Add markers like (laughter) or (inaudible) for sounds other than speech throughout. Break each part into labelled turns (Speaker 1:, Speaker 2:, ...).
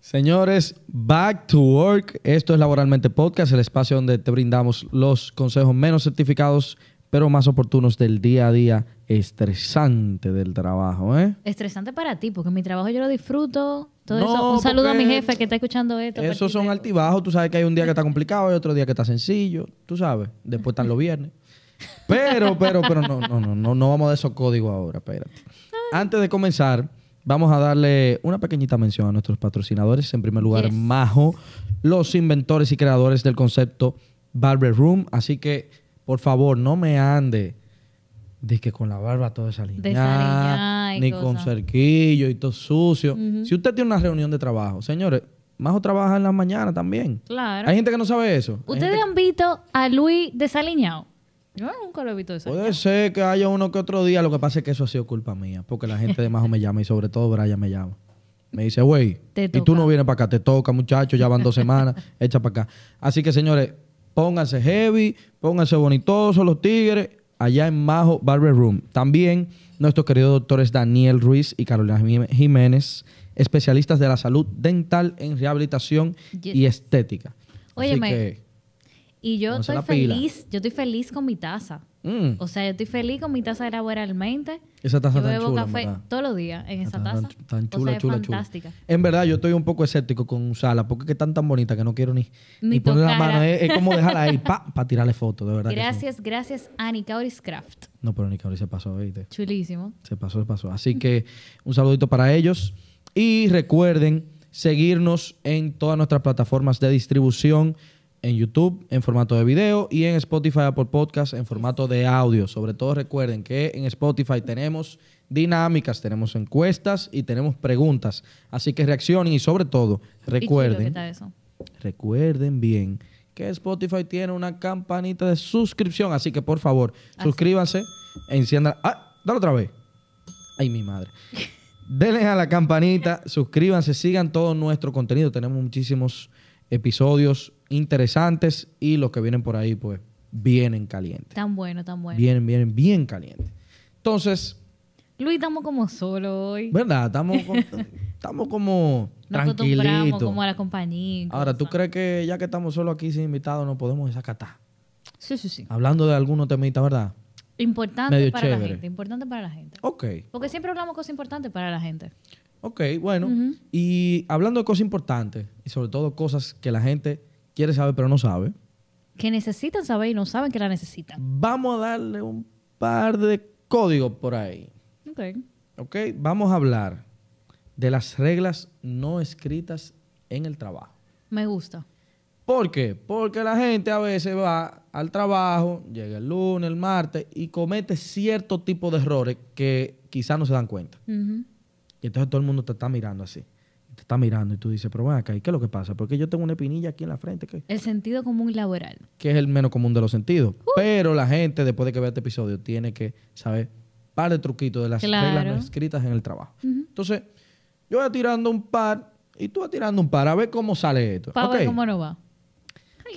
Speaker 1: Señores, Back to Work. Esto es Laboralmente Podcast, el espacio donde te brindamos los consejos menos certificados, pero más oportunos del día a día estresante del trabajo, ¿eh?
Speaker 2: Estresante para ti, porque en mi trabajo yo lo disfruto. Todo
Speaker 1: No,
Speaker 2: eso. Un saludo a mi
Speaker 1: porque
Speaker 2: jefe que está escuchando esto.
Speaker 1: Esos son
Speaker 2: partidero.
Speaker 1: altibajos. Tú sabes que hay un día que está complicado y otro día que está sencillo. Tú sabes. Después están los viernes. Pero, pero, pero no, no, no, no, no vamos a esos códigos ahora. Espérate. Antes de comenzar, vamos a darle una pequeñita mención a nuestros patrocinadores. En primer lugar,
Speaker 2: Yes.
Speaker 1: Majo, los inventores y creadores del concepto Barber Room. Así que, por favor, no me ande. De que con la barba todo desaliñada,
Speaker 2: Desaliñada y
Speaker 1: ni
Speaker 2: cosa.
Speaker 1: con cerquillo y todo sucio. Si usted tiene una reunión de trabajo, señores, Majo trabaja en la mañana también.
Speaker 2: Claro.
Speaker 1: Hay gente que no sabe eso. Hay
Speaker 2: ¿Ustedes
Speaker 1: gente-
Speaker 2: han visto a Luis desaliñado? Yo nunca lo he visto desaliñado.
Speaker 1: Puede ser que haya uno que otro día, lo que pasa es que eso ha sido culpa mía, porque la gente de Majo me llama y sobre todo Brian me llama. Me dice, güey,
Speaker 2: Te
Speaker 1: y tú
Speaker 2: toca.
Speaker 1: no vienes para acá, te toca, muchacho, ya van dos
Speaker 2: (laughs)
Speaker 1: semanas, echa para acá. Así que, señores, pónganse heavy, pónganse bonitosos los tigres, allá en Majo Barber Room. También nuestros queridos doctores Daniel Ruiz y Carolina Jim- Jiménez, especialistas de la salud dental en rehabilitación
Speaker 2: Yes.
Speaker 1: y estética. Así
Speaker 2: Óyeme.
Speaker 1: que,
Speaker 2: Y yo
Speaker 1: Pónganse
Speaker 2: estoy
Speaker 1: la pila.
Speaker 2: feliz, yo estoy feliz con mi taza.
Speaker 1: mm,
Speaker 2: O sea, yo estoy feliz con mi taza laboralmente.
Speaker 1: esa taza
Speaker 2: Yo
Speaker 1: tan
Speaker 2: bebo
Speaker 1: chula, en
Speaker 2: café
Speaker 1: verdad.
Speaker 2: todos los días en esa
Speaker 1: Tan-
Speaker 2: taza.
Speaker 1: Tan, tan
Speaker 2: o
Speaker 1: chula,
Speaker 2: sea, es
Speaker 1: chula, chula.
Speaker 2: fantástica.
Speaker 1: En verdad, yo estoy un poco escéptico con usarla porque es que están tan bonita que no quiero ni,
Speaker 2: Ni
Speaker 1: ni poner la
Speaker 2: tocarla.
Speaker 1: mano. Es, es como dejarla ahí para tirarle fotos, de verdad. que sí.
Speaker 2: Gracias, gracias a Nicauris Craft.
Speaker 1: No, pero ni que ahora se pasó, ¿viste?
Speaker 2: Chulísimo.
Speaker 1: Se pasó, se pasó. Así que un saludito para ellos. Y recuerden seguirnos en todas nuestras plataformas de distribución, en YouTube en formato de video y en Spotify Apple Podcast en formato de audio. Sobre todo recuerden que en Spotify tenemos dinámicas, tenemos encuestas y tenemos preguntas. Así que reaccionen y sobre todo
Speaker 2: Y chulo que
Speaker 1: recuerden
Speaker 2: está eso.
Speaker 1: Recuerden bien que Spotify tiene una campanita de suscripción, así que por favor, suscríbanse, enciendan. ¡Ah! Dale otra vez. ¡Ay, mi
Speaker 2: (laughs)
Speaker 1: madre! Denle a la campanita, suscríbanse, sigan todo nuestro contenido. Tenemos muchísimos episodios interesantes y los que vienen por ahí, pues, vienen calientes.
Speaker 2: Tan bueno, tan bueno.
Speaker 1: Vienen, vienen bien calientes. Entonces,
Speaker 2: Luis, estamos como solo hoy.
Speaker 1: ¿verdad? Estamos,
Speaker 2: (laughs)
Speaker 1: con- estamos como
Speaker 2: Nos acostumbramos
Speaker 1: tranquilitos.
Speaker 2: como a la compañía. y
Speaker 1: Ahora, ¿tú
Speaker 2: cosas.
Speaker 1: crees que ya que estamos solo aquí sin invitados, nos podemos desacatar?
Speaker 2: Sí, sí, sí.
Speaker 1: Hablando de algunos temitas, ¿verdad?
Speaker 2: Importante
Speaker 1: Medio
Speaker 2: para la
Speaker 1: chévere.
Speaker 2: gente, importante para la gente.
Speaker 1: Ok,
Speaker 2: Porque siempre hablamos cosas importantes para la gente.
Speaker 1: ok, bueno. Y hablando de cosas importantes, y sobre todo cosas que la gente quiere saber pero no sabe,
Speaker 2: Que necesitan saber y no saben que la necesitan.
Speaker 1: vamos a darle un par de códigos por ahí.
Speaker 2: Ok.
Speaker 1: Ok, vamos a hablar de las reglas no escritas en el trabajo.
Speaker 2: Me gusta.
Speaker 1: ¿Por qué? Porque la gente a veces va al trabajo, llega el lunes, el martes y comete cierto tipo de errores que quizás no se dan cuenta.
Speaker 2: Ujú.
Speaker 1: Y entonces todo el mundo te está mirando así. Te está mirando y tú dices, pero ven acá, ¿y qué es lo que pasa? Porque yo tengo una espinilla aquí en la frente, que,
Speaker 2: El sentido común laboral.
Speaker 1: que es el menos común de los sentidos. Pero la gente, después de que vea este episodio, tiene que saber un par de truquitos de las
Speaker 2: Claro.
Speaker 1: reglas no escritas en el trabajo. Entonces, yo voy tirando un par y tú vas tirando un par a ver cómo sale esto.
Speaker 2: Para ver
Speaker 1: Ok.
Speaker 2: cómo nos va.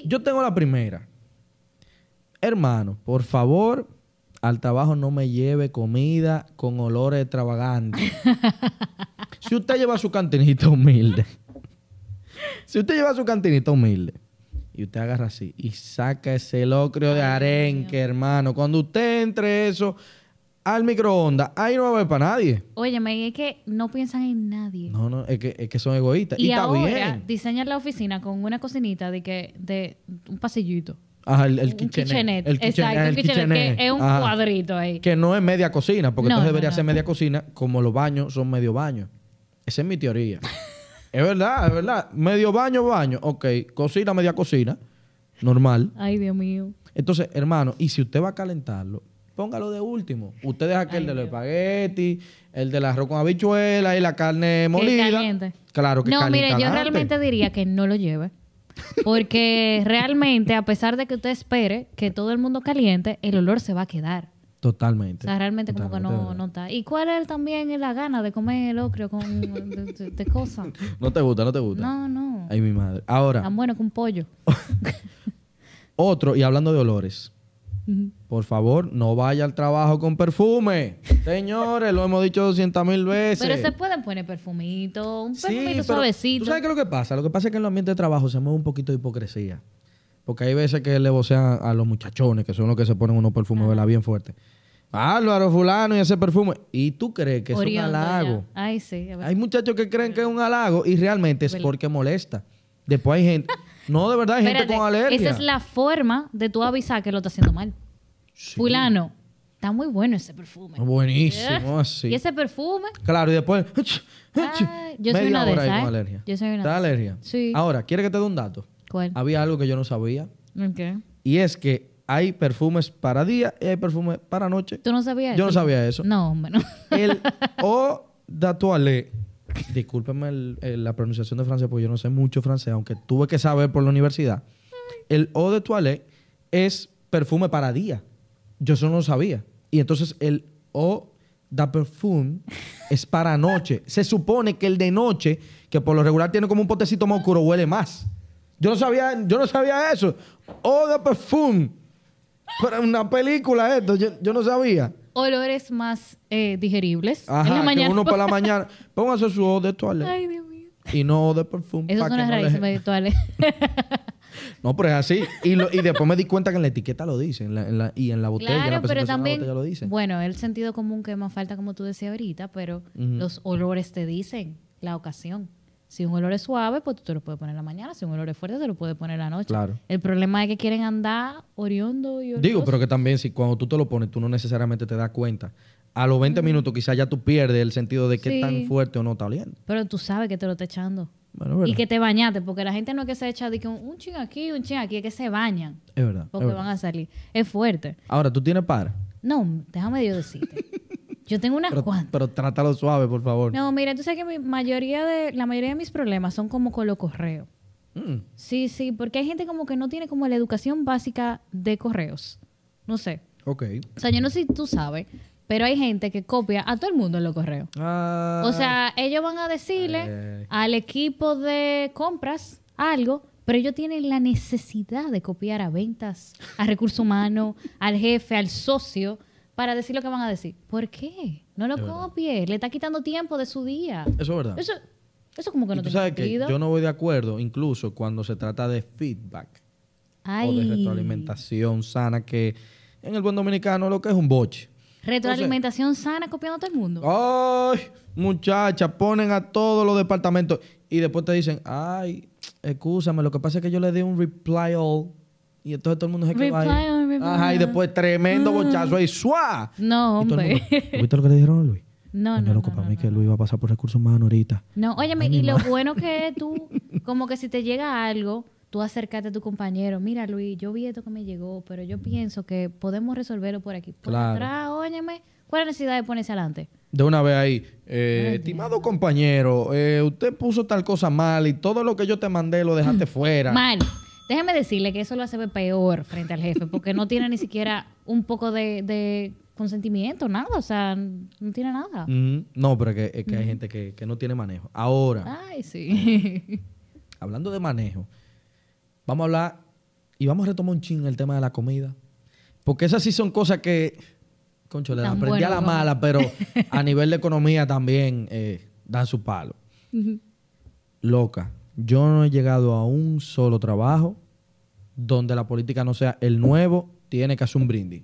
Speaker 1: Yo tengo la primera. Hermano, por favor, al trabajo no me lleve comida con olores
Speaker 2: (laughs)
Speaker 1: extravagantes. si usted lleva su cantinita humilde, si usted lleva su cantinita humilde y usted agarra así y saca ese locrio de arenque, hermano, cuando usted entre eso al microondas, ahí no va a haber para nadie.
Speaker 2: Óyeme, y es que no piensan en nadie.
Speaker 1: No, no, es que, es que son egoístas. Y,
Speaker 2: Y,
Speaker 1: está
Speaker 2: ahora
Speaker 1: bien.
Speaker 2: diseñan la oficina con una cocinita de que de un pasillito.
Speaker 1: Ajá, el, el
Speaker 2: un
Speaker 1: kitchenette.
Speaker 2: kitchenette.
Speaker 1: El kitchen-
Speaker 2: Exacto,
Speaker 1: el
Speaker 2: un kitchenette,
Speaker 1: kitchenette.
Speaker 2: que es un
Speaker 1: Ajá.
Speaker 2: cuadrito ahí.
Speaker 1: Que no es media cocina, porque
Speaker 2: No,
Speaker 1: entonces
Speaker 2: no,
Speaker 1: debería
Speaker 2: no.
Speaker 1: ser media cocina como los baños son medio baño. Esa es mi
Speaker 2: (laughs)
Speaker 1: teoría. es verdad, es verdad. Medio baño, baño. Ok, cocina, media cocina. Normal.
Speaker 2: Ay, Dios mío.
Speaker 1: Entonces, hermano, y si usted va a calentarlo, póngalo de último. Usted deja que el de los espaguetis, el del arroz con habichuela y la carne molida.
Speaker 2: caliente.
Speaker 1: Claro que
Speaker 2: No, mire,
Speaker 1: calienta
Speaker 2: yo
Speaker 1: antes.
Speaker 2: realmente diría que no lo lleve. Porque realmente, a pesar de que usted espere que todo el mundo caliente, el olor se va a quedar. O
Speaker 1: Totalmente.
Speaker 2: sea, realmente como que
Speaker 1: Totalmente,
Speaker 2: no,
Speaker 1: de
Speaker 2: no está. ¿Y cuál es también es la gana de comer el ocrio con, de, de- de cosas?
Speaker 1: verdad. No te gusta, no te gusta.
Speaker 2: No, no.
Speaker 1: Ay, mi madre. Ahora,
Speaker 2: Tan bueno que un pollo.
Speaker 1: otro, y hablando de olores. Por favor, no vaya al trabajo con perfume. Señores, lo hemos dicho 200 mil veces.
Speaker 2: Pero se pueden poner perfumito, un
Speaker 1: Sí,
Speaker 2: perfumito
Speaker 1: pero ¿Tú
Speaker 2: suavecito.
Speaker 1: sabes qué es lo que pasa? Lo que pasa es que en el ambiente de trabajo se mueve un poquito de hipocresía. Porque hay veces que le vocean a los muchachones, que son los que se ponen unos perfumes, ¿verdad? Bien fuerte. Álvaro, fulano, y ese perfume. Y tú crees que es un
Speaker 2: Oriundo ya.
Speaker 1: halago.
Speaker 2: Ay, sí. a ver.
Speaker 1: Hay muchachos que creen que es un halago y realmente es
Speaker 2: Vel-
Speaker 1: porque molesta. Después hay gente... No, de verdad, hay gente
Speaker 2: Espérate,
Speaker 1: con alergia.
Speaker 2: Esa es la forma de tú avisar que lo está haciendo mal.
Speaker 1: Sí.
Speaker 2: Fulano, está muy bueno ese perfume.
Speaker 1: Buenísimo, así.
Speaker 2: ¿Eh? Y ese perfume,
Speaker 1: Claro, y después.
Speaker 2: Ay, yo soy
Speaker 1: Ah, media
Speaker 2: una de
Speaker 1: hora ahí
Speaker 2: esas,
Speaker 1: con
Speaker 2: ¿eh?
Speaker 1: alergia. Ah.
Speaker 2: Yo soy una
Speaker 1: ¿Te da
Speaker 2: de esas.
Speaker 1: alergia?
Speaker 2: Sí.
Speaker 1: Ahora, ¿quiere que te dé un dato?
Speaker 2: ¿cuál?
Speaker 1: Había algo que yo no sabía.
Speaker 2: Ok.
Speaker 1: Y es que hay perfumes para día y hay perfumes para noche.
Speaker 2: ¿Tú no sabías
Speaker 1: Yo no
Speaker 2: eso?
Speaker 1: sabía eso. Eh.
Speaker 2: No, hombre, no.
Speaker 1: El O Datualé. Discúlpenme el- el- la pronunciación de francés, porque yo no sé mucho francés, aunque tuve que saber por la universidad. El O de Toilette es perfume para día. Yo eso no lo sabía. Y entonces el O da perfume es para noche. Se supone que el de noche, que por lo regular tiene como un potecito más oscuro, huele más. Yo no sabía, yo no sabía eso. O de perfume. Pero una película esto, yo- yo no sabía.
Speaker 2: (laughs) Olores más eh, digeribles.
Speaker 1: Ajá,
Speaker 2: en la
Speaker 1: que
Speaker 2: mañana.
Speaker 1: uno
Speaker 2: (laughs)
Speaker 1: para la mañana. Póngase su eau de toilet
Speaker 2: Ay, Dios mío.
Speaker 1: y no eau de perfume.
Speaker 2: Eso
Speaker 1: pa'
Speaker 2: son
Speaker 1: que
Speaker 2: las
Speaker 1: no, le-
Speaker 2: raíces virtuales.
Speaker 1: (laughs) no, pero es así. Y, lo- y después me di cuenta que en la etiqueta lo dice. en la- en la- y en la botella, en la
Speaker 2: claro, pero
Speaker 1: presentación de la
Speaker 2: también.
Speaker 1: botella lo dice.
Speaker 2: Bueno, el sentido común que más falta, como tú decías ahorita, pero los olores te dicen la ocasión. Si un olor es suave, pues tú te lo puedes poner en la mañana. Si un olor es fuerte, te lo puedes poner en la noche.
Speaker 1: Claro.
Speaker 2: El problema es que quieren andar oriondo y
Speaker 1: Digo,
Speaker 2: oloroso.
Speaker 1: pero que también si cuando tú te lo pones, tú no necesariamente te das cuenta. A los 20 minutos quizás ya tú pierdes el sentido de qué
Speaker 2: Sí.
Speaker 1: tan fuerte o no está oliendo.
Speaker 2: Pero tú sabes que te lo está echando.
Speaker 1: Bueno, es verdad.
Speaker 2: Y que te bañaste, porque la gente no es que se echa de que un, un ching aquí, un ching aquí, es que se bañan.
Speaker 1: Es verdad. es
Speaker 2: Porque
Speaker 1: verdad.
Speaker 2: van a salir. Es fuerte.
Speaker 1: Ahora, tú tienes par.
Speaker 2: No, déjame yo decirte. Yo tengo unas
Speaker 1: Pero,
Speaker 2: cuantas.
Speaker 1: pero trátalo suave, por favor.
Speaker 2: Ah, No, mira, tú sabes que mi mayoría de, la mayoría de mis problemas son como con los correos.
Speaker 1: Mm.
Speaker 2: Sí, sí, porque hay gente como que no tiene como la educación básica de correos. No sé.
Speaker 1: Ok.
Speaker 2: O sea, yo no sé si tú sabes, pero hay gente que copia a todo el mundo en los correos.
Speaker 1: Ah,
Speaker 2: O sea, ellos van a decirle
Speaker 1: Ay.
Speaker 2: al equipo de compras algo, pero ellos tienen la necesidad de copiar a ventas, a
Speaker 1: (laughs)
Speaker 2: recursos humanos, al jefe, al socio, para decir lo que van a decir. ¿Por qué? No lo
Speaker 1: Es verdad.
Speaker 2: copie, le está quitando tiempo de su día.
Speaker 1: eso es verdad.
Speaker 2: Eso, eso como que
Speaker 1: Y
Speaker 2: no
Speaker 1: tú
Speaker 2: tiene
Speaker 1: sabes
Speaker 2: sentido.
Speaker 1: que yo no voy de acuerdo, incluso cuando se trata de feedback o
Speaker 2: Ay.
Speaker 1: de retroalimentación sana, que en el buen dominicano lo que es un boche.
Speaker 2: Retroalimentación sana copiando a todo el mundo.
Speaker 1: Ay, muchacha, ponen a todos los departamentos y después te dicen, ay, excúsame, lo que pasa es que yo le di un reply all y entonces todo el mundo se quedó ahí.
Speaker 2: Reply all, reply
Speaker 1: Ajá, y
Speaker 2: all. Mm.
Speaker 1: después tremendo bochazo ahí, ¡suá!
Speaker 2: No,
Speaker 1: Y todo el mundo,
Speaker 2: hombre.
Speaker 1: ¿tú ¿Viste lo que le dijeron a Luis?
Speaker 2: (laughs) No,
Speaker 1: Ay,
Speaker 2: no, no,
Speaker 1: loco,
Speaker 2: no,
Speaker 1: para mí
Speaker 2: no,
Speaker 1: que Luis va a pasar por recursos humanos ahorita.
Speaker 2: No, óyeme, y lo
Speaker 1: (laughs)
Speaker 2: bueno que tú, como que si te llega algo, tú acércate a tu compañero. Mira, Luis, yo vi esto que me llegó, pero yo pienso que podemos resolverlo por aquí. Por
Speaker 1: Claro.
Speaker 2: atrás, óyeme, ¿cuál es la necesidad de ponerse adelante?
Speaker 1: De una vez ahí, eh, estimado compañero, eh, usted puso tal cosa mal y todo lo que yo te mandé lo dejaste fuera.
Speaker 2: Mm. Mal. Déjeme decirle que eso lo hace ver peor frente al jefe, porque no tiene ni siquiera un poco de, de consentimiento, nada. O sea, n- no tiene nada.
Speaker 1: Mm, no, pero que, es que hay gente que, que no tiene manejo. Ahora,
Speaker 2: Ay, sí.
Speaker 1: hablando de manejo, vamos a hablar y vamos a retomar un ching el tema de la comida. Porque esas sí son cosas que, concho, le
Speaker 2: Tan
Speaker 1: aprendí a
Speaker 2: bueno,
Speaker 1: la
Speaker 2: ¿no?
Speaker 1: mala,
Speaker 2: (laughs)
Speaker 1: pero a nivel de economía también eh, dan su palo. Loca, yo no he llegado a un solo trabajo donde la política no sea el nuevo, tiene que hacer un brindis.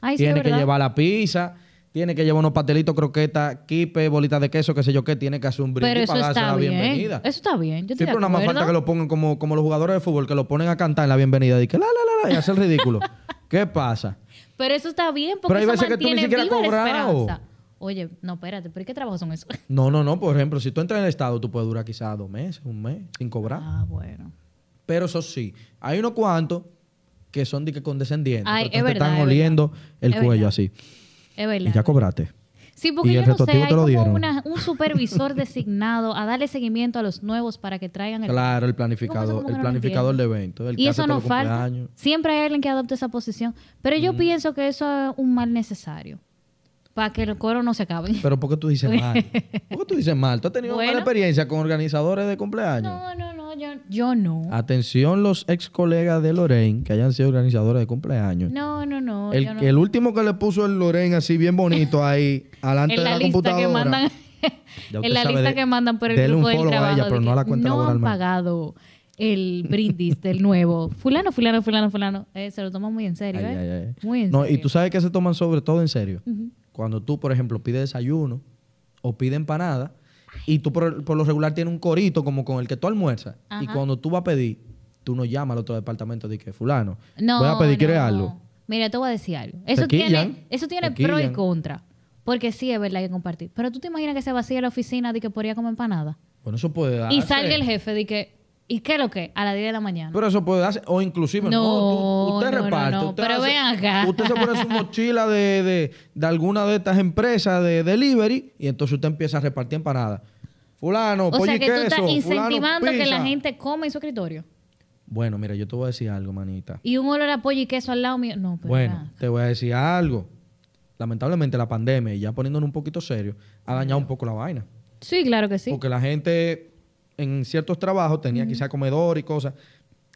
Speaker 2: Ay, sí, es
Speaker 1: tiene que
Speaker 2: verdad.
Speaker 1: llevar la pizza, tiene que llevar unos pastelitos, croquetas, quipe, bolitas de queso, qué sé yo qué, tiene que hacer un brindis
Speaker 2: Pero eso
Speaker 1: para darse
Speaker 2: está
Speaker 1: la
Speaker 2: bien.
Speaker 1: bienvenida.
Speaker 2: Eso está bien. Yo estoy de
Speaker 1: Siempre nada más
Speaker 2: acuerdo.
Speaker 1: falta que lo pongan como, como los jugadores de fútbol, que lo ponen a cantar en la bienvenida y que la, la, la, la, y hace el
Speaker 2: (laughs)
Speaker 1: ridículo. ¿Qué pasa?
Speaker 2: Pero eso está bien, porque
Speaker 1: Pero hay
Speaker 2: eso
Speaker 1: veces que tú ni
Speaker 2: mantiene
Speaker 1: siquiera has
Speaker 2: viva la
Speaker 1: cobrado.
Speaker 2: esperanza. Oye, no, espérate, ¿pero qué trabajos son esos?
Speaker 1: No, no, no. Por ejemplo, si tú entras en el estado, tú puedes durar quizás dos meses, un mes, sin cobrar.
Speaker 2: Ah, bueno.
Speaker 1: Pero eso sí, hay unos cuantos que son de que condescendientes.
Speaker 2: Ay,
Speaker 1: pero
Speaker 2: es
Speaker 1: te
Speaker 2: verdad,
Speaker 1: están
Speaker 2: es
Speaker 1: oliendo el
Speaker 2: Es
Speaker 1: cuello
Speaker 2: verdad.
Speaker 1: así.
Speaker 2: Es
Speaker 1: Y
Speaker 2: verdad.
Speaker 1: ya cobraste.
Speaker 2: Sí, porque
Speaker 1: y
Speaker 2: yo
Speaker 1: el
Speaker 2: no sé,
Speaker 1: retroactivo te
Speaker 2: hay
Speaker 1: lo
Speaker 2: como
Speaker 1: dieron.
Speaker 2: una- un supervisor designado a darle seguimiento a los nuevos para que traigan el...
Speaker 1: Claro, el
Speaker 2: Yo
Speaker 1: planificador,
Speaker 2: como que
Speaker 1: el
Speaker 2: no
Speaker 1: planificador de
Speaker 2: entiendo.
Speaker 1: eventos, el que
Speaker 2: Y
Speaker 1: hace todos
Speaker 2: eso no
Speaker 1: los
Speaker 2: falta.
Speaker 1: cumpleaños. Mm.
Speaker 2: Siempre hay alguien que adopte esa posición. Pero yo pienso que eso es un mal necesario. Para que el coro no se acabe.
Speaker 1: Pero ¿por qué tú dices mal? ¿Por qué tú dices mal? ¿Tú has tenido
Speaker 2: Bueno.
Speaker 1: mala experiencia con organizadores de cumpleaños?
Speaker 2: (laughs) No, no, no. Yo yo, yo no.
Speaker 1: Atención los ex colegas de Lorraine que hayan sido organizadores de cumpleaños.
Speaker 2: No, no, no.
Speaker 1: el,
Speaker 2: yo no.
Speaker 1: el último que le puso el Lorraine así bien bonito ahí,
Speaker 2: (laughs)
Speaker 1: alante
Speaker 2: en
Speaker 1: de
Speaker 2: la,
Speaker 1: la,
Speaker 2: lista
Speaker 1: computadora.
Speaker 2: que mandan
Speaker 1: Ya
Speaker 2: en
Speaker 1: usted
Speaker 2: la
Speaker 1: sabe,
Speaker 2: lista
Speaker 1: de-
Speaker 2: que mandan por el
Speaker 1: dele un
Speaker 2: grupo del
Speaker 1: follow a
Speaker 2: trabajo
Speaker 1: ella, pero
Speaker 2: de
Speaker 1: no a la
Speaker 2: que
Speaker 1: cuenta
Speaker 2: no han
Speaker 1: laboral, man.
Speaker 2: pagado el brindis del nuevo fulano fulano fulano fulano Eh, se lo toman muy en serio
Speaker 1: Ay,
Speaker 2: eh.
Speaker 1: ay, ay.
Speaker 2: muy en
Speaker 1: No,
Speaker 2: serio
Speaker 1: y tú sabes que se toman sobre todo en serio.
Speaker 2: Ujú.
Speaker 1: Cuando tú, por ejemplo, pides desayuno o pides empanada y tú por, por lo regular tienes un corito como con el que tú almuerzas y
Speaker 2: Ajá.
Speaker 1: cuando tú vas a pedir, tú no llamas al otro departamento de que fulano,
Speaker 2: No,
Speaker 1: voy a pedir, ¿quieres
Speaker 2: no,
Speaker 1: algo?
Speaker 2: no. Mira, te voy a decir algo. Eso
Speaker 1: Te quillan,
Speaker 2: tiene, eso tiene
Speaker 1: te
Speaker 2: pro y
Speaker 1: quillan.
Speaker 2: contra. Porque sí es verdad que compartir. Pero tú te imaginas que se vacía la oficina de que podría comer empanada.
Speaker 1: Bueno, eso puede darse.
Speaker 2: Y salga el jefe de que, ¿y qué es lo que? A las 10 de la mañana.
Speaker 1: Pero eso puede darse, o inclusive, no,
Speaker 2: No,
Speaker 1: tú- usted
Speaker 2: no, no,
Speaker 1: reparte.
Speaker 2: no,
Speaker 1: usted
Speaker 2: pero ven acá.
Speaker 1: Usted se pone su mochila de, de, de alguna de estas empresas de delivery y entonces usted empieza a repartir empanadas. Fulano,
Speaker 2: o
Speaker 1: pollo
Speaker 2: sea
Speaker 1: y
Speaker 2: que tú
Speaker 1: queso,
Speaker 2: estás
Speaker 1: fulano,
Speaker 2: incentivando que la
Speaker 1: pizza.
Speaker 2: gente coma en su escritorio.
Speaker 1: Bueno, mira, yo te voy a decir algo, manita.
Speaker 2: Y un olor a pollo y queso al lado mío. No, pero
Speaker 1: Bueno,
Speaker 2: Pues nada.
Speaker 1: te voy a decir algo. Lamentablemente la pandemia, y ya poniéndonos un poquito serio, ha dañado un poco la vaina.
Speaker 2: Sí, claro que sí.
Speaker 1: Porque la gente en ciertos trabajos tenía quizá comedor y cosas,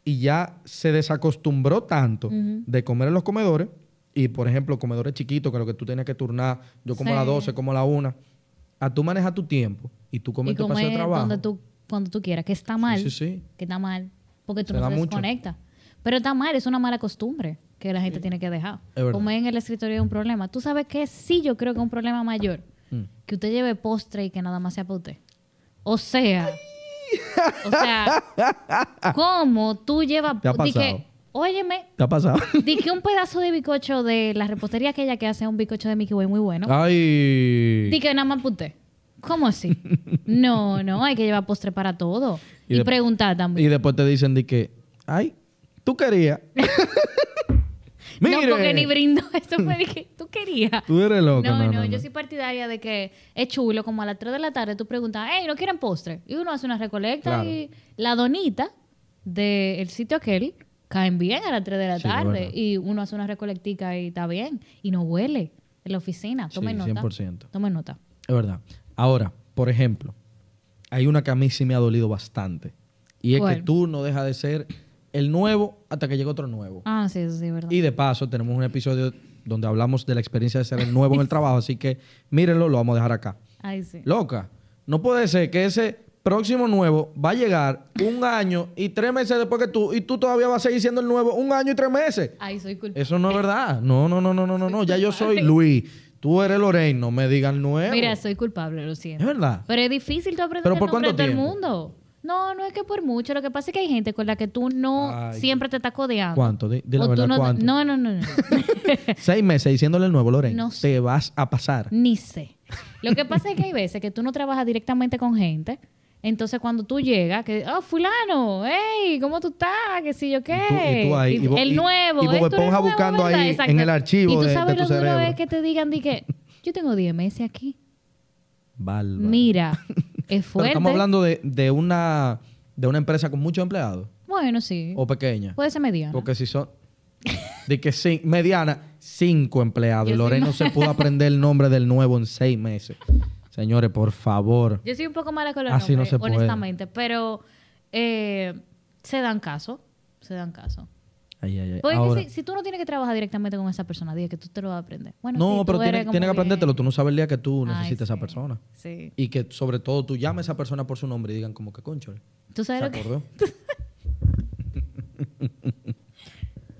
Speaker 1: y ya se desacostumbró tanto
Speaker 2: Ujú.
Speaker 1: de comer en los comedores, y por ejemplo, comedores chiquitos, que lo que tú tienes que turnar, yo como a las
Speaker 2: Sí.
Speaker 1: 12, como a la 1, a tú manejas tu tiempo y tú comes
Speaker 2: y
Speaker 1: en tu espacio
Speaker 2: comer
Speaker 1: de trabajo.
Speaker 2: donde tú, cuando tú quieras, que está mal.
Speaker 1: Sí, sí, sí.
Speaker 2: Que está mal. Porque tú
Speaker 1: Se
Speaker 2: no
Speaker 1: da
Speaker 2: te
Speaker 1: mucho.
Speaker 2: desconectas. Pero está mal, es una mala costumbre que la gente tiene que dejar.
Speaker 1: Es verdad.
Speaker 2: Comer en el escritorio es un problema. ¿Tú sabes qué? Sí, yo creo que es un problema mayor.
Speaker 1: Mm.
Speaker 2: Que usted lleve postre y que nada más sea para usted. O sea...
Speaker 1: (laughs)
Speaker 2: o sea... ¿Cómo tú llevas...
Speaker 1: Te ha
Speaker 2: di que,
Speaker 1: pasado.
Speaker 2: Óyeme,
Speaker 1: ¿Te ha pasado?
Speaker 2: dije un pedazo de bizcocho de la repostería aquella que hace un bizcocho de Mickey Way muy bueno.
Speaker 1: Ay.
Speaker 2: Dije, nada más puté. ¿Cómo
Speaker 1: (laughs)
Speaker 2: así? No, no, hay que llevar postre para todo.
Speaker 1: Y
Speaker 2: Y,
Speaker 1: de-
Speaker 2: preguntar
Speaker 1: Y
Speaker 2: también.
Speaker 1: después te dicen de que, ay, tú
Speaker 2: (laughs)
Speaker 1: querías. Mire,
Speaker 2: No, porque ni brindo. (laughs) Eso fue de que
Speaker 1: (laughs)
Speaker 2: tú querías.
Speaker 1: tú eres
Speaker 2: No,
Speaker 1: loco.
Speaker 2: no, yo soy partidaria de que es chulo, como a las 3 de la tarde tú preguntas, hey, ¿no quieren postre? Y uno hace una recolecta
Speaker 1: Claro.
Speaker 2: y la donita del sitio aquel caen bien a las 3 de la
Speaker 1: Sí,
Speaker 2: tarde
Speaker 1: bueno.
Speaker 2: y uno hace una recolectica y está bien y no huele en la oficina.
Speaker 1: Sí,
Speaker 2: Tomen nota.
Speaker 1: 100%.
Speaker 2: Tomen nota.
Speaker 1: Es verdad. Ahora, por ejemplo, hay una que a mí sí me ha dolido bastante. Y es que
Speaker 2: ¿Cuál?
Speaker 1: tú no dejas de ser el nuevo hasta que llegue otro nuevo.
Speaker 2: Ah, sí, eso sí, es verdad.
Speaker 1: Y de paso, tenemos un episodio donde hablamos de la experiencia de ser el nuevo en el trabajo. Así que mírenlo, lo vamos a dejar acá.
Speaker 2: Ay, sí.
Speaker 1: Loca, no puede ser que ese próximo nuevo va a llegar un año y tres meses después que tú, y tú todavía vas a seguir siendo el nuevo un año y tres meses.
Speaker 2: Ay, soy culpable.
Speaker 1: Eso no es verdad. No, no, no, no, no, no, no. Ya yo
Speaker 2: (laughs)
Speaker 1: soy Luis. Tú eres Lorraine, no me digan nuevo.
Speaker 2: Mira, soy culpable, lo siento.
Speaker 1: es verdad.
Speaker 2: Pero es difícil tú aprender
Speaker 1: ¿Pero
Speaker 2: el
Speaker 1: por
Speaker 2: nombre de
Speaker 1: cuánto
Speaker 2: todo el
Speaker 1: tiempo?
Speaker 2: mundo. No, no es que por mucho. Lo que pasa es que hay gente con la que tú no
Speaker 1: Ay.
Speaker 2: siempre te estás codeando.
Speaker 1: ¿Cuánto? Di, di la
Speaker 2: O tú
Speaker 1: verdad,
Speaker 2: no,
Speaker 1: ¿cuánto?
Speaker 2: no, no, no, no. (laughs)
Speaker 1: (laughs) Seis meses diciéndole el nuevo, Lorraine.
Speaker 2: No sé.
Speaker 1: Te vas a pasar.
Speaker 2: Ni sé. Lo que pasa es que hay veces que tú no trabajas directamente con gente. Entonces, cuando tú llegas, que, oh, fulano, hey, ¿cómo tú estás? Que si yo qué.
Speaker 1: Y tú- y tú ahí, y Bo-
Speaker 2: el
Speaker 1: y-
Speaker 2: nuevo.
Speaker 1: y Bob
Speaker 2: "Eh, tú eres
Speaker 1: Esponja
Speaker 2: nuevo,
Speaker 1: buscando
Speaker 2: ¿verdad?".
Speaker 1: ahí en el archivo
Speaker 2: Y tú
Speaker 1: de-
Speaker 2: sabes
Speaker 1: de tu
Speaker 2: lo duro
Speaker 1: cerebro.
Speaker 2: es que te digan, di que, yo tengo 10 meses aquí.
Speaker 1: Bárbaro. (laughs)
Speaker 2: Mira, es
Speaker 1: Pero
Speaker 2: fuerte.
Speaker 1: estamos hablando de, de una, de una empresa con muchos empleados.
Speaker 2: Bueno, sí.
Speaker 1: O pequeña.
Speaker 2: Puede ser mediano.
Speaker 1: Porque si son. (laughs) De que sí, mediana, cinco empleados.
Speaker 2: Yo
Speaker 1: Y
Speaker 2: soy
Speaker 1: Lorena no
Speaker 2: (laughs)
Speaker 1: se pudo aprender el nombre del nuevo en seis meses. Señores, por favor.
Speaker 2: Yo soy un poco mala con los
Speaker 1: Así no
Speaker 2: nombres,
Speaker 1: se puede.
Speaker 2: honestamente, pero eh, se dan caso, se dan caso.
Speaker 1: Ay, ay, ay.
Speaker 2: Porque
Speaker 1: Eh, Ahora-
Speaker 2: si, si tú no tienes que trabajar directamente con esa persona, diga que tú te lo vas a aprender. Bueno, sí,
Speaker 1: no,
Speaker 2: tú
Speaker 1: pero
Speaker 2: eres
Speaker 1: tienes,
Speaker 2: como
Speaker 1: tienes que
Speaker 2: bien.
Speaker 1: aprendértelo. Tú no sabes el día que tú
Speaker 2: Ay,
Speaker 1: necesites a esa
Speaker 2: sí.
Speaker 1: persona.
Speaker 2: Sí.
Speaker 1: Y que sobre todo tú llames a esa persona por su nombre y digan como que concho.
Speaker 2: ¿Tú
Speaker 1: ¿Se
Speaker 2: sabes lo que, (laughs)
Speaker 1: acordó?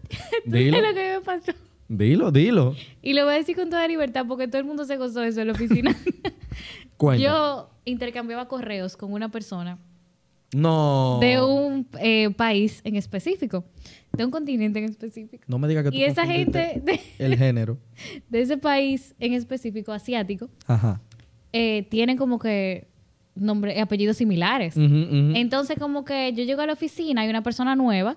Speaker 2: es
Speaker 1: dilo,
Speaker 2: lo que me pasó?
Speaker 1: dilo, dilo.
Speaker 2: Y lo voy a decir con toda libertad porque todo el mundo se gozó de eso en la oficina.
Speaker 1: (laughs) Cuenta.
Speaker 2: Yo intercambiaba correos con una persona
Speaker 1: No.
Speaker 2: de un eh, país en específico, de un continente en específico.
Speaker 1: No me digas que tú
Speaker 2: Y esa
Speaker 1: confundiste
Speaker 2: gente de- (laughs)
Speaker 1: El género.
Speaker 2: de ese país en específico asiático
Speaker 1: Ajá.
Speaker 2: eh, tienen como que nombre, eh, apellidos similares.
Speaker 1: Ujú, ujú.
Speaker 2: Entonces, como que yo llego a la oficina, hay una persona nueva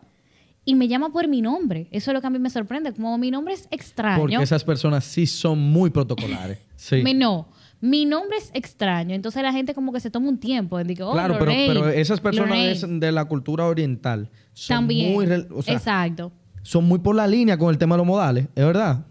Speaker 2: y me llama por mi nombre. Eso es lo que a mí me sorprende. Como mi nombre es extraño.
Speaker 1: Porque esas personas sí son muy
Speaker 2: (laughs)
Speaker 1: protocolares. Sí.
Speaker 2: mi, no, mi nombre es extraño. Entonces, la gente como que se toma un tiempo. en digo, oh,
Speaker 1: claro, pero,
Speaker 2: Lorraine,
Speaker 1: pero esas personas
Speaker 2: Lorraine.
Speaker 1: es de la cultura oriental son
Speaker 2: también.
Speaker 1: muy rel- o sea,
Speaker 2: Exacto.
Speaker 1: son muy por la línea con el tema de los modales, ¿es verdad?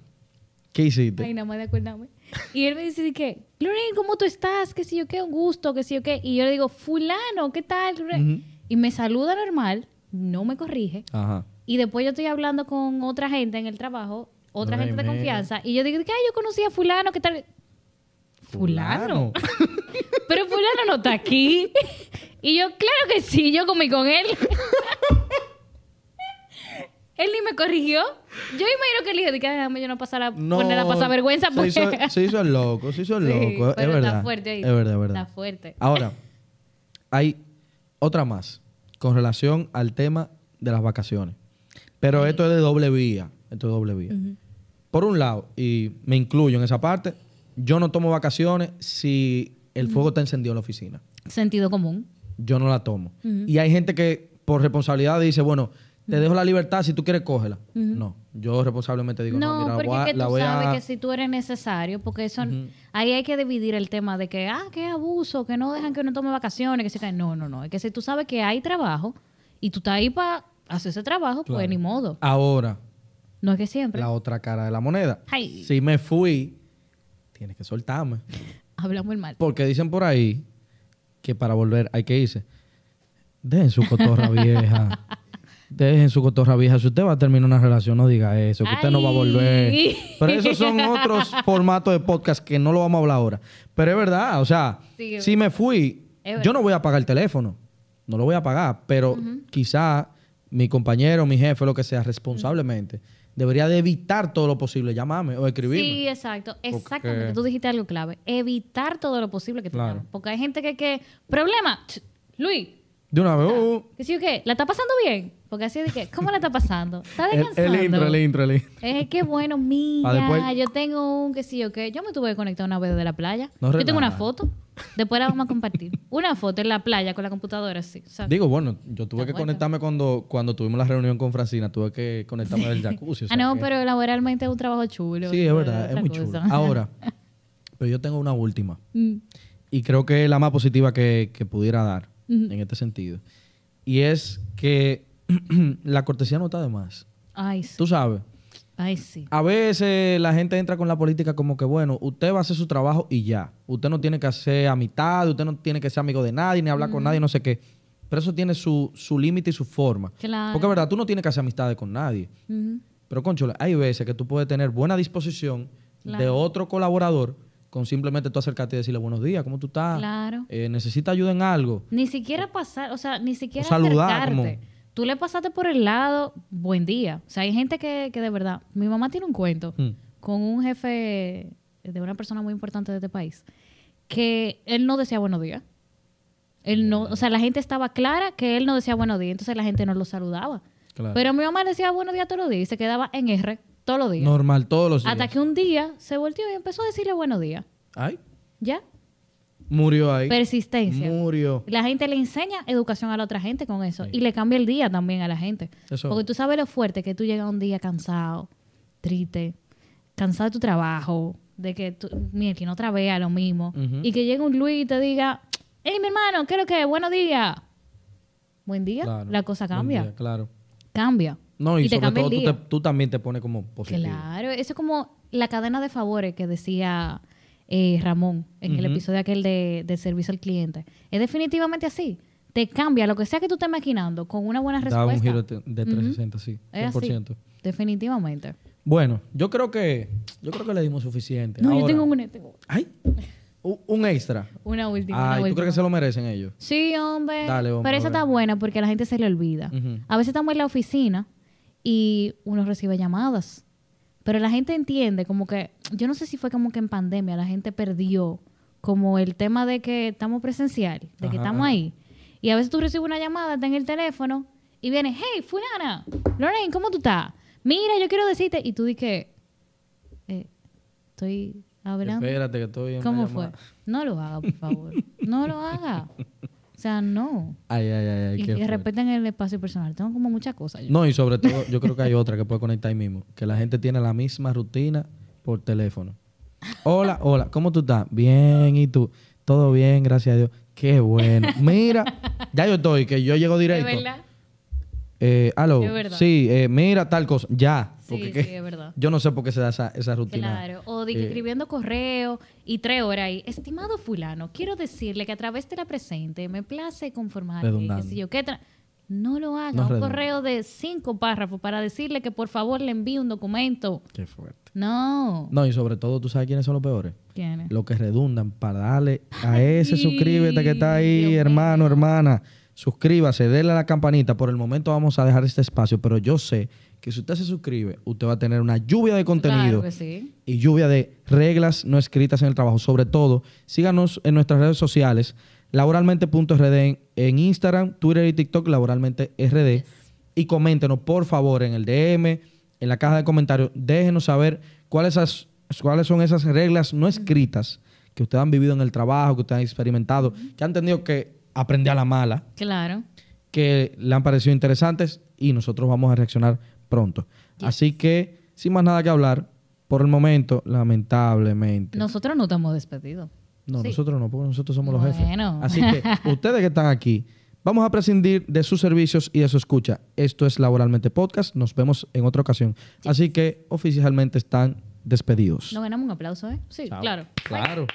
Speaker 1: ¿Qué hiciste?
Speaker 2: Ay, nada más de acordarme. Y él me dice de que, Lorraine, ¿cómo tú estás? Que si yo qué, un gusto, que si yo qué. Y yo le digo, fulano, ¿qué tal? Lorraine?
Speaker 1: Ujú.
Speaker 2: y me saluda normal, no me corrige,
Speaker 1: Ajá.
Speaker 2: y después yo estoy hablando con otra gente en el trabajo, otra
Speaker 1: No,
Speaker 2: gente de
Speaker 1: mira.
Speaker 2: confianza, y yo digo, que "Ay, yo conocí a fulano, ¿qué tal? (laughs) Fulano. Pero fulano no está aquí. Y yo, claro que sí, yo comí con él. él ni me corrigió. Yo imagino que él dijo, de que "Ay, déjame yo no pasar a poner a pasar vergüenza.
Speaker 1: Se
Speaker 2: Porque...
Speaker 1: hizo, se hizo el loco, se hizo el
Speaker 2: Sí,
Speaker 1: loco.
Speaker 2: pero
Speaker 1: es verdad.
Speaker 2: Está fuerte ahí.
Speaker 1: Es verdad, es verdad.
Speaker 2: Está fuerte.
Speaker 1: Ahora, hay otra más con relación al tema de las vacaciones. Pero esto es de doble vía. Esto es doble vía. Por un lado, y me incluyo en esa parte, yo no tomo vacaciones si el fuego está encendido en la oficina.
Speaker 2: Sentido común.
Speaker 1: Yo no la tomo. Y hay gente que por responsabilidad dice, bueno, te dejo la libertad, si tú quieres, cógela. No, yo responsablemente digo, no,
Speaker 2: no,
Speaker 1: mira, la
Speaker 2: porque
Speaker 1: voy a-
Speaker 2: es que
Speaker 1: la
Speaker 2: tú
Speaker 1: voy a...
Speaker 2: sabes que si tú eres necesario, porque eso ahí hay que dividir el tema de que, ah, qué abuso, que no dejan que uno tome vacaciones, que se cae. No, no, no. Es que si tú sabes que hay trabajo y tú estás ahí para hacer ese trabajo, pues
Speaker 1: Claro.
Speaker 2: ni modo.
Speaker 1: Ahora,
Speaker 2: No es que siempre.
Speaker 1: la otra cara de la moneda.
Speaker 2: Ay.
Speaker 1: Si me fui, tienes que soltarme.
Speaker 2: Hablamos el mal.
Speaker 1: Porque dicen por ahí que para volver hay que irse. Dejen su
Speaker 2: (laughs)
Speaker 1: cotorra vieja. Dejen su cotorra vieja. Si usted va a terminar una relación, no diga eso, que usted no va a volver.
Speaker 2: Ay.
Speaker 1: Pero esos
Speaker 2: (laughs)
Speaker 1: son otros formatos de podcast que no lo vamos a hablar ahora. Pero es verdad, o sea,
Speaker 2: Sí, es
Speaker 1: si me fui,
Speaker 2: Es verdad.
Speaker 1: yo no voy a pagar el teléfono. No lo voy a pagar. Pero quizá mi compañero, mi jefe, lo que sea, responsablemente, debería de evitar todo lo posible llamarme o escribirme.
Speaker 2: Sí, exacto. Exactamente. Tú dijiste algo clave. Evitar todo lo posible que te
Speaker 1: Claro.
Speaker 2: llamen. Porque hay gente que, que problema, Ch, Luis,
Speaker 1: De una vez. uh,
Speaker 2: ¿qué sí o qué? ¿La está pasando bien? Porque así de que, ¿cómo la está pasando?
Speaker 1: (laughs)
Speaker 2: ¿Está
Speaker 1: uh, el-
Speaker 2: descansando?
Speaker 1: el intro, el intro, el intro.
Speaker 2: Es que bueno,
Speaker 1: Pa'
Speaker 2: mira,
Speaker 1: Ah, después-
Speaker 2: yo tengo un que sí o qué. Yo me tuve que conectar una vez de la playa.
Speaker 1: No
Speaker 2: yo tengo una
Speaker 1: relaja.
Speaker 2: foto. Después la vamos
Speaker 1: (laughs)
Speaker 2: a compartir. Una foto en la playa con la computadora, sí. O sea,
Speaker 1: Digo, bueno, yo tuve
Speaker 2: Está
Speaker 1: que
Speaker 2: bueno.
Speaker 1: conectarme cuando, cuando tuvimos la reunión con Francina, tuve que conectarme
Speaker 2: (laughs)
Speaker 1: del jacuzzi. o sea
Speaker 2: ah, no,
Speaker 1: que-
Speaker 2: pero laboralmente es un trabajo chulo.
Speaker 1: Sí, es verdad,
Speaker 2: otra
Speaker 1: es muy
Speaker 2: cosa. (laughs)
Speaker 1: chulo. Ahora, pero yo tengo una última
Speaker 2: Mm,
Speaker 1: y creo que es la más positiva que, que pudiera dar en este sentido. Y es que (clears throat) la cortesía no está de más.
Speaker 2: Ay, sí.
Speaker 1: Tú sabes,
Speaker 2: Ay, sí.
Speaker 1: a veces la gente entra con la política como que, bueno, usted va a hacer su trabajo y ya. Usted no tiene que hacer amistad, usted no tiene que ser amigo de nadie, ni hablar con nadie, no sé qué. Pero eso tiene su, su límite y su forma.
Speaker 2: Claro.
Speaker 1: Porque es verdad, tú no tienes que hacer amistades con nadie.
Speaker 2: Ujú.
Speaker 1: Pero, conchola, hay veces que tú puedes tener buena disposición de otro colaborador con simplemente tú acercarte y decirle buenos días, ¿cómo tú estás?
Speaker 2: Claro.
Speaker 1: Eh, ¿Necesita ayuda en algo?
Speaker 2: Ni siquiera pasar, o sea, ni siquiera
Speaker 1: O saludar,
Speaker 2: acercarte.
Speaker 1: como-
Speaker 2: Tú le pasaste por el lado, buen día. O sea, hay gente que, que de verdad, mi mamá tiene un cuento
Speaker 1: Hmm.
Speaker 2: con un jefe de una persona muy importante de este país, que él no decía buenos días. Él no, o sea, la gente estaba clara que él no decía buenos días, entonces la gente no lo saludaba.
Speaker 1: Claro.
Speaker 2: Pero mi mamá le decía buenos días todos los días y se quedaba en R todos los días.
Speaker 1: Normal, todos los días.
Speaker 2: Hasta que un día se volteó y empezó a decirle buenos días.
Speaker 1: Ay,
Speaker 2: ¿Ya?
Speaker 1: murió ahí.
Speaker 2: Persistencia.
Speaker 1: Murió.
Speaker 2: La gente le enseña educación a la otra gente con eso. Y le cambia el día también a la gente.
Speaker 1: Eso.
Speaker 2: Porque tú sabes lo fuerte que tú llegas un día cansado, triste, cansado de tu trabajo, de que tú, mira, que no otra vez a lo mismo.
Speaker 1: Ujú.
Speaker 2: Y que llegue un Luis y te diga, hey, mi hermano, ¿qué es lo que es? Buenos días. Buen día.
Speaker 1: Claro.
Speaker 2: La cosa
Speaker 1: Buen
Speaker 2: cambia.
Speaker 1: día, claro.
Speaker 2: Cambia.
Speaker 1: No, y,
Speaker 2: te
Speaker 1: sobre
Speaker 2: cambia
Speaker 1: todo
Speaker 2: el
Speaker 1: tú,
Speaker 2: día.
Speaker 1: te- tú también te pones como positivo.
Speaker 2: Claro, eso es como la cadena de favores que decía eh, Ramón en el
Speaker 1: Ujú.
Speaker 2: episodio aquel de, de servicio al cliente. Es definitivamente así. Te cambia lo que sea que tú estés maquinando con una buena respuesta.
Speaker 1: Da un giro de de 360, sí,
Speaker 2: Es
Speaker 1: 100%.
Speaker 2: así. Definitivamente.
Speaker 1: Bueno, yo creo que yo creo que le dimos suficiente.
Speaker 2: No, yo
Speaker 1: Ahora-
Speaker 2: tengo una, tengo
Speaker 1: Ay, u- un extra.
Speaker 2: una última. una
Speaker 1: Ay, ¿tú
Speaker 2: última.
Speaker 1: crees que se lo merecen ellos?
Speaker 2: Sí, hombre.
Speaker 1: Dale, hombre,
Speaker 2: Pero esa
Speaker 1: a ver.
Speaker 2: está buena porque a la gente se le olvida.
Speaker 1: Ujú.
Speaker 2: A veces estamos en la oficina y uno recibe llamadas. Pero la gente entiende como que, yo no sé si fue como que en pandemia la gente perdió como el tema de que estamos presencial, de
Speaker 1: Ajá,
Speaker 2: que estamos
Speaker 1: ajá.
Speaker 2: ahí. Y a veces tú recibes una llamada, está en el teléfono y viene, hey, fulana, Lorraine, ¿cómo tú estás? Mira, yo quiero decirte. Y tú dices, eh, estoy hablando.
Speaker 1: Espérate que estoy en
Speaker 2: ¿Cómo
Speaker 1: una
Speaker 2: fue?
Speaker 1: llamada.
Speaker 2: No lo haga, por favor. No lo haga. O sea, no.
Speaker 1: Ay, ay, ay, ay.
Speaker 2: Y
Speaker 1: qué
Speaker 2: que
Speaker 1: fuerte.
Speaker 2: respeten el espacio personal. Tengo como muchas cosas. yo.
Speaker 1: No, y sobre todo, yo creo que hay otra que puede conectar ahí mismo. Que la gente tiene la misma rutina por teléfono. Hola, hola, ¿cómo tú estás? Bien, ¿y tú? Todo bien, gracias a Dios. Qué bueno. Mira, ya yo estoy, que yo llego
Speaker 2: ¿De
Speaker 1: directo.
Speaker 2: verdad?
Speaker 1: Eh, aló.
Speaker 2: Es verdad.
Speaker 1: Sí, eh, mira tal cosa. Ya. Porque
Speaker 2: Sí,
Speaker 1: que-
Speaker 2: sí, es verdad.
Speaker 1: Yo no sé por qué se da esa, esa rutina.
Speaker 2: Claro, o de que
Speaker 1: eh,
Speaker 2: escribiendo correo y tres horas ahí. Estimado fulano, quiero decirle que a través de la presente me place conformarle, qué
Speaker 1: Redundante.
Speaker 2: sé yo, qué tra- no lo haga,
Speaker 1: No es
Speaker 2: un
Speaker 1: redundante.
Speaker 2: correo de cinco párrafos para decirle que por favor le envíe un documento.
Speaker 1: Qué fuerte.
Speaker 2: No.
Speaker 1: No, y sobre todo, ¿tú sabes quiénes son los peores?
Speaker 2: ¿Quién es?
Speaker 1: Los que redundan para darle a ese
Speaker 2: Ay,
Speaker 1: suscríbete que está ahí,
Speaker 2: Dios mío.
Speaker 1: hermano, hermana. Suscríbase, déle a la campanita. Por el momento vamos a dejar este espacio, pero yo sé que si usted se suscribe, usted va a tener una lluvia de contenido
Speaker 2: Claro que sí.
Speaker 1: y lluvia de reglas no escritas en el trabajo. Sobre todo, síganos en nuestras redes sociales, laboralmente.rd en, en Instagram, Twitter y TikTok, laboralmente rd. Y coméntenos, por favor, en el DM, en la caja de comentarios, déjenos saber cuáles, esas- cuáles son esas reglas no escritas que ustedes han vivido en el trabajo, que ustedes han experimentado, que han tenido que aprender a la mala
Speaker 2: Claro.
Speaker 1: que le han parecido interesantes y nosotros vamos a reaccionar pronto. Así que, sin más nada que hablar, por el momento, lamentablemente.
Speaker 2: Nosotros no estamos despedidos.
Speaker 1: no,
Speaker 2: Sí.
Speaker 1: nosotros no, porque nosotros somos los jefes.
Speaker 2: Bueno.
Speaker 1: Así
Speaker 2: (laughs)
Speaker 1: que, ustedes que están aquí, vamos a prescindir de sus servicios y de su escucha. Esto es Laboralmente Podcast. Nos vemos en otra ocasión. Así que, oficialmente están despedidos.
Speaker 2: Nos ganamos un aplauso, ¿eh? Sí,
Speaker 1: Chao.
Speaker 2: claro.
Speaker 1: Claro.